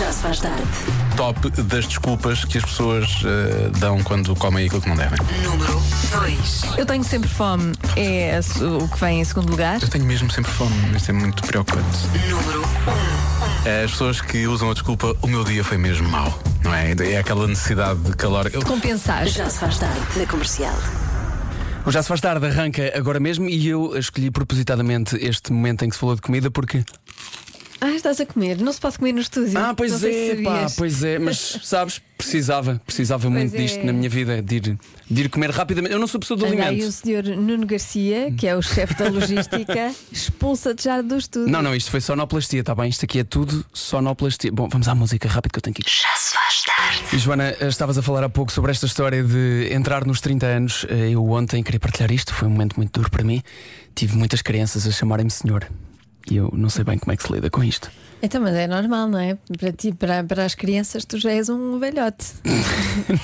Já se faz tarde. top das desculpas que as pessoas eh, dão quando comem aquilo que não devem. Número 2. Eu tenho sempre fome, é a se- o que vem em segundo lugar. Eu tenho mesmo sempre fome, isso é muito preocupante. Número Eh, As pessoas que usam a desculpa, o meu dia foi mesmo mau, não é? É aquela necessidade de calor. Eu- 1. Compensar. Já se faz tarde. Na comercial. O Já se faz tarde, arranca agora mesmo e eu escolhi propositadamente este momento em que se falou de comida porque. Ah, estás a comer. Não se pode comer no estúdio. Ah, pois Não sei é, se pá, sabias. pois é, mas sabes, precisava, precisava muito é. disto na minha vida, de ir, de ir comer rapidamente. Eu não sou pessoa do Anda aí alimento. Hum. o senhor Nuno Garcia, que é o chefe da logística, expulsa-te já do estúdio. Não, não, isto foi sonoplastia, tá bem? Isto aqui é tudo sonoplastia. Bom, vamos à música rápido que eu tenho que ir. Já se faz tarde. E Joana, eh, estavas a falar há pouco sobre esta história de entrar nos 30 anos. Eh, Eu ontem queria partilhar isto, foi um momento muito duro para mim. Tive muitas crianças a chamarem-me senhor. E eu não sei bem como é que se lida com isto. Então, mas é normal, não é? Para ti, para, para as crianças, tu já és um velhote.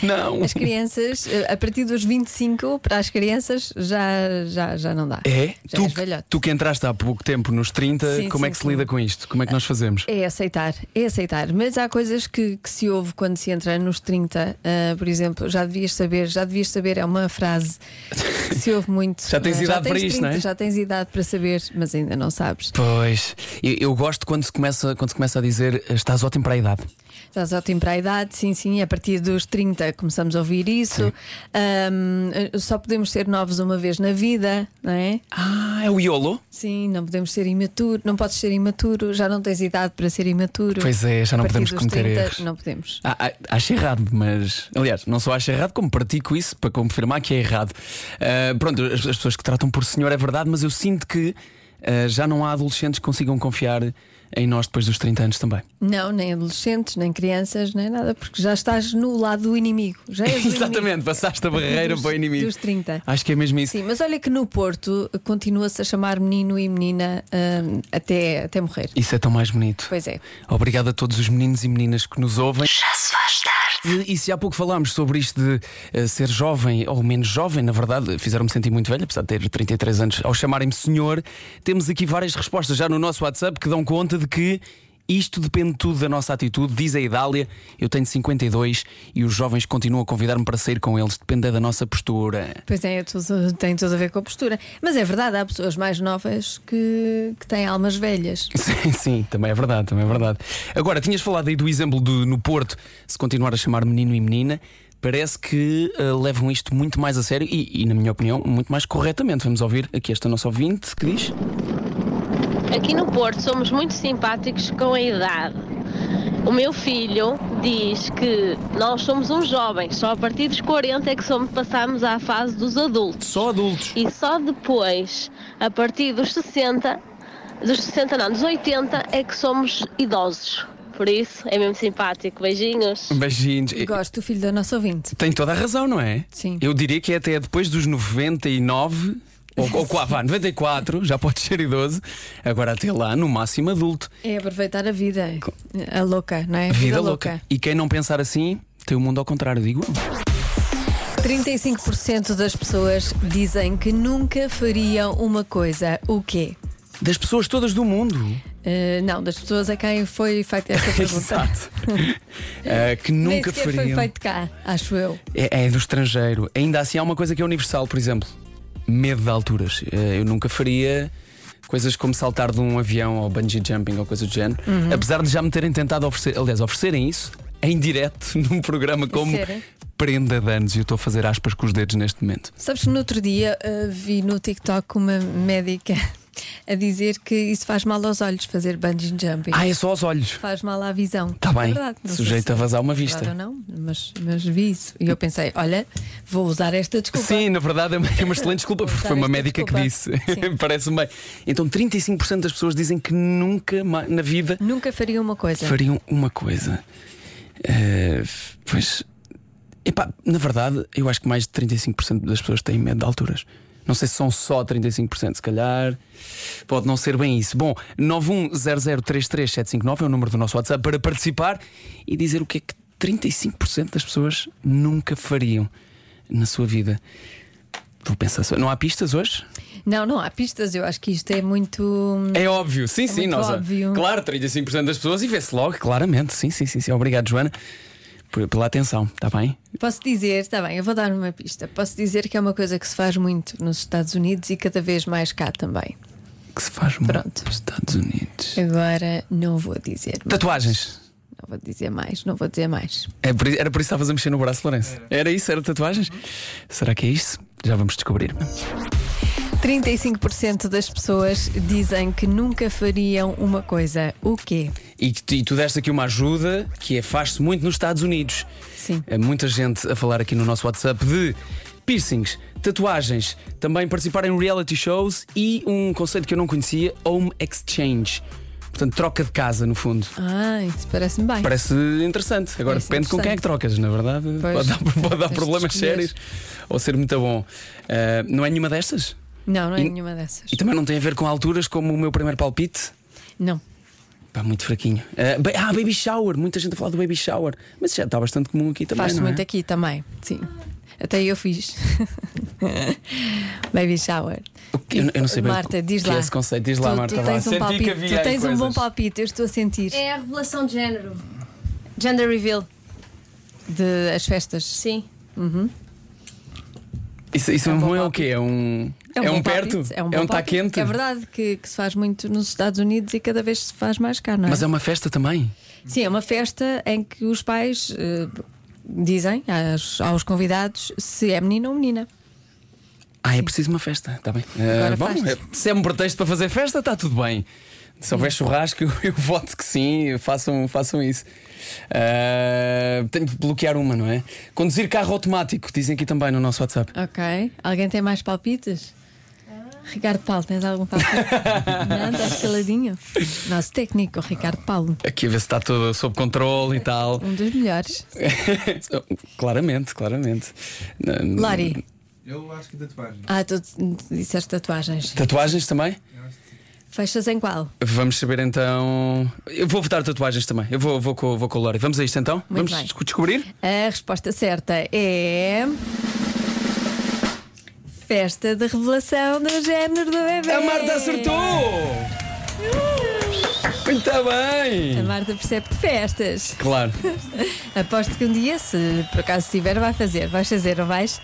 Não! As crianças, eh, a partir dos 25, para as crianças, já, já, já não dá. É? Já Tu, és velhote. tu que entraste há pouco tempo nos 30, Sim, como sim, é que se sim. lida com isto? Como é que nós fazemos? É aceitar, é aceitar. Mas há coisas que, que se ouve quando se entra nos 30, ah, por exemplo, já devias saber, já devias saber, é uma frase que se ouve muito. Já tens Ah, idade para isto, não é? Já tens idade para saber, mas ainda não sabes. Pois, eu, eu gosto quando se, começa, quando se começa a dizer estás ótimo para a idade. Estás ótimo para a idade, sim, sim, a partir dos 30 começamos a ouvir isso. Ah, só podemos ser novos uma vez na vida, não é? Ah, é o iolo? Sim, não podemos ser imaturo, não podes ser imaturo, já não tens idade para ser imaturo. Pois é, já não a partir podemos dos cometer 30, erros. Não podemos. Ah, ah, acho errado, mas. Aliás, não só acho errado, como pratico isso para confirmar que é errado. Ah, pronto, as, as pessoas que tratam por senhor é verdade, mas eu sinto que ah, já não há adolescentes que consigam confiar em nós depois dos 30 anos também. Não, nem adolescentes, nem crianças, nem nada, porque já estás no lado do inimigo. Já és o Exatamente, passaste a barreira Dos- para o inimigo. dos 30. Acho que é mesmo isso. Sim, mas olha que no Porto eh, continua-se a chamar menino e menina hum, até, até morrer. Isso é tão mais bonito. Pois é. Obrigado a todos os meninos e meninas que nos ouvem. Já se faz tarde. E, e se há pouco falámos sobre isto de eh, ser jovem, ou menos jovem, na verdade, fizeram-me sentir muito velho, apesar de ter 33 anos, ao chamarem-me senhor, temos aqui várias respostas já no nosso WhatsApp que dão conta de que. Isto depende tudo da nossa atitude, diz a Idália. Eu tenho 52 e os jovens continuam a convidar-me para sair com eles, depende é da nossa postura. Pois é, é tudo- tem tudo a ver com a postura. Mas é verdade, há pessoas mais novas que, que têm almas velhas. Sim, sim, também é verdade, também é verdade. Agora, tinhas falado aí do exemplo do no Porto, se continuar a chamar menino e menina, parece que eh, levam isto muito mais a sério e, e, na minha opinião, muito mais corretamente. Vamos ouvir aqui esta nossa ouvinte que diz. Aqui no Porto somos muito simpáticos com a idade. O meu filho diz que nós somos uns jovens, só a partir dos 40 é que somos, passamos à fase dos adultos. Só adultos. E só depois, a partir dos 60, dos 60 não, dos 80, é que somos idosos. Por isso, é mesmo simpático. Beijinhos. Beijinhos. Eh, Gosto do filho da nossa ouvinte. Tem toda a razão, não é? Sim. Eu diria que é até depois dos 99. Ou, ou qua- vá, 94, já pode ser idoso. Agora até lá, no máximo adulto. É aproveitar a vida. A louca, não é? Vida louca. E quem não pensar assim, tem o mundo ao contrário, digo. eu. 35% das pessoas dizem que nunca fariam uma coisa. O quê? Das pessoas todas do mundo. Eh, não, das pessoas a quem foi feita esta pergunta. Exato. Uh, que Nem nunca sequer foi fariam. feito cá, acho eu. É, é do estrangeiro. Ainda assim, há uma coisa que é universal, por exemplo: medo de alturas. Uh, eu nunca faria coisas como saltar de um avião ou bungee jumping ou coisa do género. Uhum. Apesar de já me terem tentado oferecer, aliás, oferecerem isso em direto num programa como sério? Prenda de Anos. E eu estou a fazer aspas com os dedos neste momento. Sabes que no outro dia eh, vi no TikTok uma médica a dizer que isso faz mal aos olhos, fazer bungee jumping. Ah, é só aos olhos. Faz mal à visão. Tá bem. É verdade, não sei Sujeito se a vazar uma é vista. verdade ou não, mas, mas vi isso. E eu pensei, olha, vou usar esta desculpa. Sim, na verdade é uma, é uma excelente desculpa, Vou porque usar foi uma esta médica que disse. desculpa. Sim. Parece-me bem. Então, 35% das pessoas dizem que nunca ma- na vida Nunca faria uma coisa. fariam uma coisa. Eh, f- pois. Epá, na verdade, eu acho que mais de 35% das pessoas têm medo de alturas. Não sei se são só 35%, se calhar. Pode não ser bem isso. Bom, 910033759 é o número do nosso WhatsApp para participar e dizer o que é que 35% das pessoas nunca fariam na sua vida. Vou pensar, só- não há pistas hoje? Não, não há pistas. Eu acho que isto é muito. É óbvio, sim, sim, muito nós. óbvio. Claro, 35% das pessoas e vê-se logo, claramente. Sim, sim, sim, sim. Obrigado, Joana, por- pela atenção, está bem? Posso dizer, está bem, eu vou dar uma pista. Posso dizer que é uma coisa que se faz muito nos Estados Unidos e cada vez mais cá também. Que se faz muito Pronto. nos Estados Unidos. Agora não vou dizer. mais. Tatuagens. Não vou dizer mais, não vou dizer mais. É por i- Era por isso que estavas a mexer no braço, Lourenço. Era isso? Era tatuagens? Será que é isso? Já vamos descobrir. 35% das pessoas dizem que nunca fariam uma coisa. O quê? E, que tu- e tu deste aqui uma ajuda que é faz-se muito nos Estados Unidos. Sim. É muita gente a falar aqui no nosso WhatsApp de piercings, tatuagens, também participar em reality shows e um conceito que eu não conhecia, home exchange. Portanto, troca de casa, no fundo. Ah, isso parece-me bem. Parece interessante. Agora Parece depende com quem é que trocas, na verdade. Pois. Pode dar, pode dar Tens de problemas escolher. sérios ou ser muito bom. Ah, não é nenhuma destas? Não, não é E- nenhuma dessas. E também não tem a ver com alturas, como o meu primeiro palpite. Não. Pá, muito fraquinho. Ah, ba- ah, baby shower. Muita gente a falar do baby shower. Mas isso já está bastante comum aqui também. Faz-se não é? muito aqui também, sim. Até eu fiz. Baby shower. O que- Eu, eu não sei bem Marta, o que diz que lá. é esse conceito. Diz lá, tu, Marta. tu vá. tens um Senti que palpite, havia tu aí tens um bom coisas. palpite, eu estou a sentir. É a revelação de género. Gender reveal, De as festas. sim. Isso, isso É um bom é o palpite. quê? É um, é bom um perto? palpite, É um, bom tá palpite. quente? É verdade que, que se faz muito nos Estados Unidos e cada vez se faz mais cá, não é? Mas é um- uma festa também. Sim, é uma festa em que os pais eh, dizem às- aos convidados se é menino ou menina. Ah, é preciso uma festa, está bem. Agora Ah, bom, faz-te. é- se é um pretexto para fazer festa, está tudo bem. Se houver churrasco, eu, eu voto que sim, façam, façam isso. Ah, tenho de bloquear uma, não é? Conduzir carro automático, dizem aqui também no nosso WhatsApp. Ok. Alguém tem mais palpites? Ricardo Paulo, tens algum palpite? Não, estás caladinho. Nosso técnico, Ricardo Paulo, Aqui a ver se está tudo sob controle e tal. um dos melhores. claramente, claramente. Lari, Eu acho que tatuagem. ah, tu disseste tatuagens. Tatuagens também? Fechas em qual? Vamos saber então. Eu vou votar tatuagens também. Eu vou, vou, com, vou com o Lori. Vamos a isto então? Muito Vamos bem. desco- descobrir? A resposta certa é. Festa de revelação do género do bebê. A Marta acertou! Muito A bem! Marta percebe de festas. Claro. Aposto que um dia, se por acaso estiver, vai fazer. Vais fazer, não vais?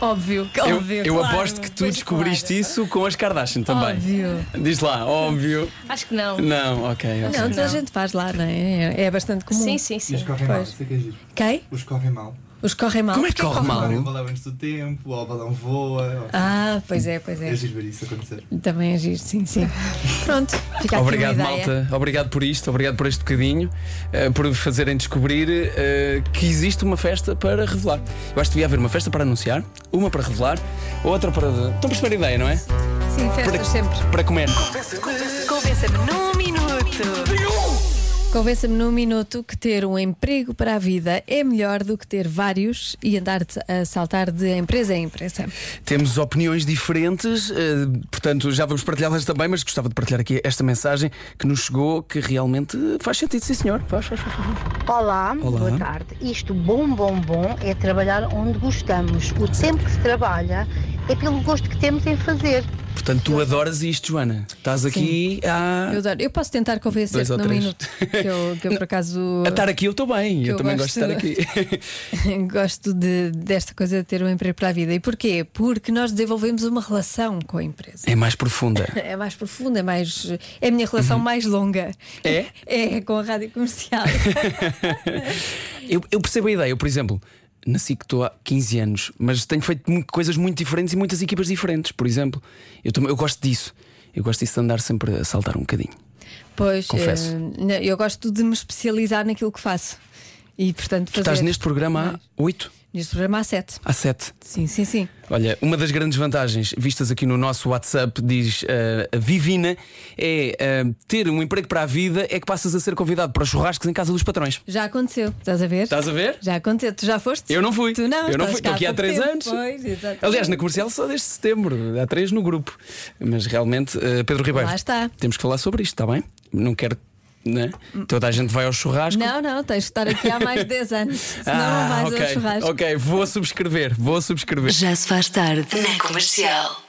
Óbvio, Eu, óbvio. eu claro. aposto que tu Pois descobriste claro. isso com as Kardashian também. Óbvio. Diz lá, óbvio. Acho que não. Não, ok, ok. Não, toda a gente faz lá, não é? É bastante comum. Sim, sim, Os sim. correm mal, isso é que é giro. Quem? Os correm mal. Os correm mal. Como é que Porquê corre mal? Correm o balão antes do tempo, ou o balão voa. ou- Ah, pois é, pois é. É giro ver isso acontecer. Também agir, sim, sim. Pronto, fica Tá aqui Obrigado, uma ideia. malta. Obrigado por isto, obrigado por este bocadinho, eh, por fazerem descobrir eh, que existe uma festa para revelar. Eu acho que devia haver uma festa para anunciar, uma para revelar, outra para. Estão a perceber a ideia, não é? Sim, festas sempre. Para comer. Convença-me num minuto. Convença-me num minuto que ter um emprego para a vida é melhor do que ter vários e andar de- a saltar de empresa em empresa. Temos opiniões diferentes, eh, portanto já vamos partilhá-las também, mas gostava de partilhar aqui esta mensagem que nos chegou que realmente faz sentido, sim senhor. Faz, faz, faz. faz. Olá, Olá. boa tarde. Isto bom, bom, bom é trabalhar onde gostamos. O tempo que se trabalha é pelo gosto que temos em fazer. Portanto, tu adoras isto, Joana. Estás aqui a. Eu, adoro. Eu posso tentar Dois convencer-te ou num três. É minuto que eu, que eu, por acaso A estar aqui eu estou bem, Que eu, eu também gosto de estar gosto. aqui. gosto de- desta coisa de ter um emprego para a vida. E porquê? Porque nós desenvolvemos uma relação com a empresa. É mais profunda. É mais profunda, é mais. É a minha relação mais longa. Uhum. É? É com a rádio comercial. Eu, eu percebo a ideia, eu, por exemplo, nasci que estou há 15 anos, mas tenho feito mu- coisas muito diferentes e muitas equipas diferentes, por exemplo. Eu, também- eu gosto disso. Eu gosto disso de andar sempre a saltar um bocadinho. Pois, Confesso. eh, não, eu gosto de me especializar naquilo que faço. E portanto, Tu estás fazer- neste programa há 8, neste programa há sete. há 7. Sim, sim, sim. Olha, uma das grandes vantagens vistas aqui no nosso WhatsApp, diz eh, a Vivina, é eh, ter um emprego para a vida é que passas a ser convidado para churrascos em casa dos patrões. Já aconteceu, estás a ver? Estás a ver? Já aconteceu, tu já foste? Eu não fui. Tu não, eu não estás fui. cá Estou aqui há pouco três tempo. anos. Pois, exatamente. Aliás, na comercial só desde setembro. Há três no grupo. Mas realmente, eh, Pedro Ribeiro. Lá está. Temos que falar sobre isto, está bem? Não quero. Né? Toda a gente vai ao churrasco. Não, não, tens de estar aqui há mais de 10 anos. Senão ah, não vais ok, ao churrasco. Ok, vou subscrever. Vou subscrever. Já se faz tarde na comercial.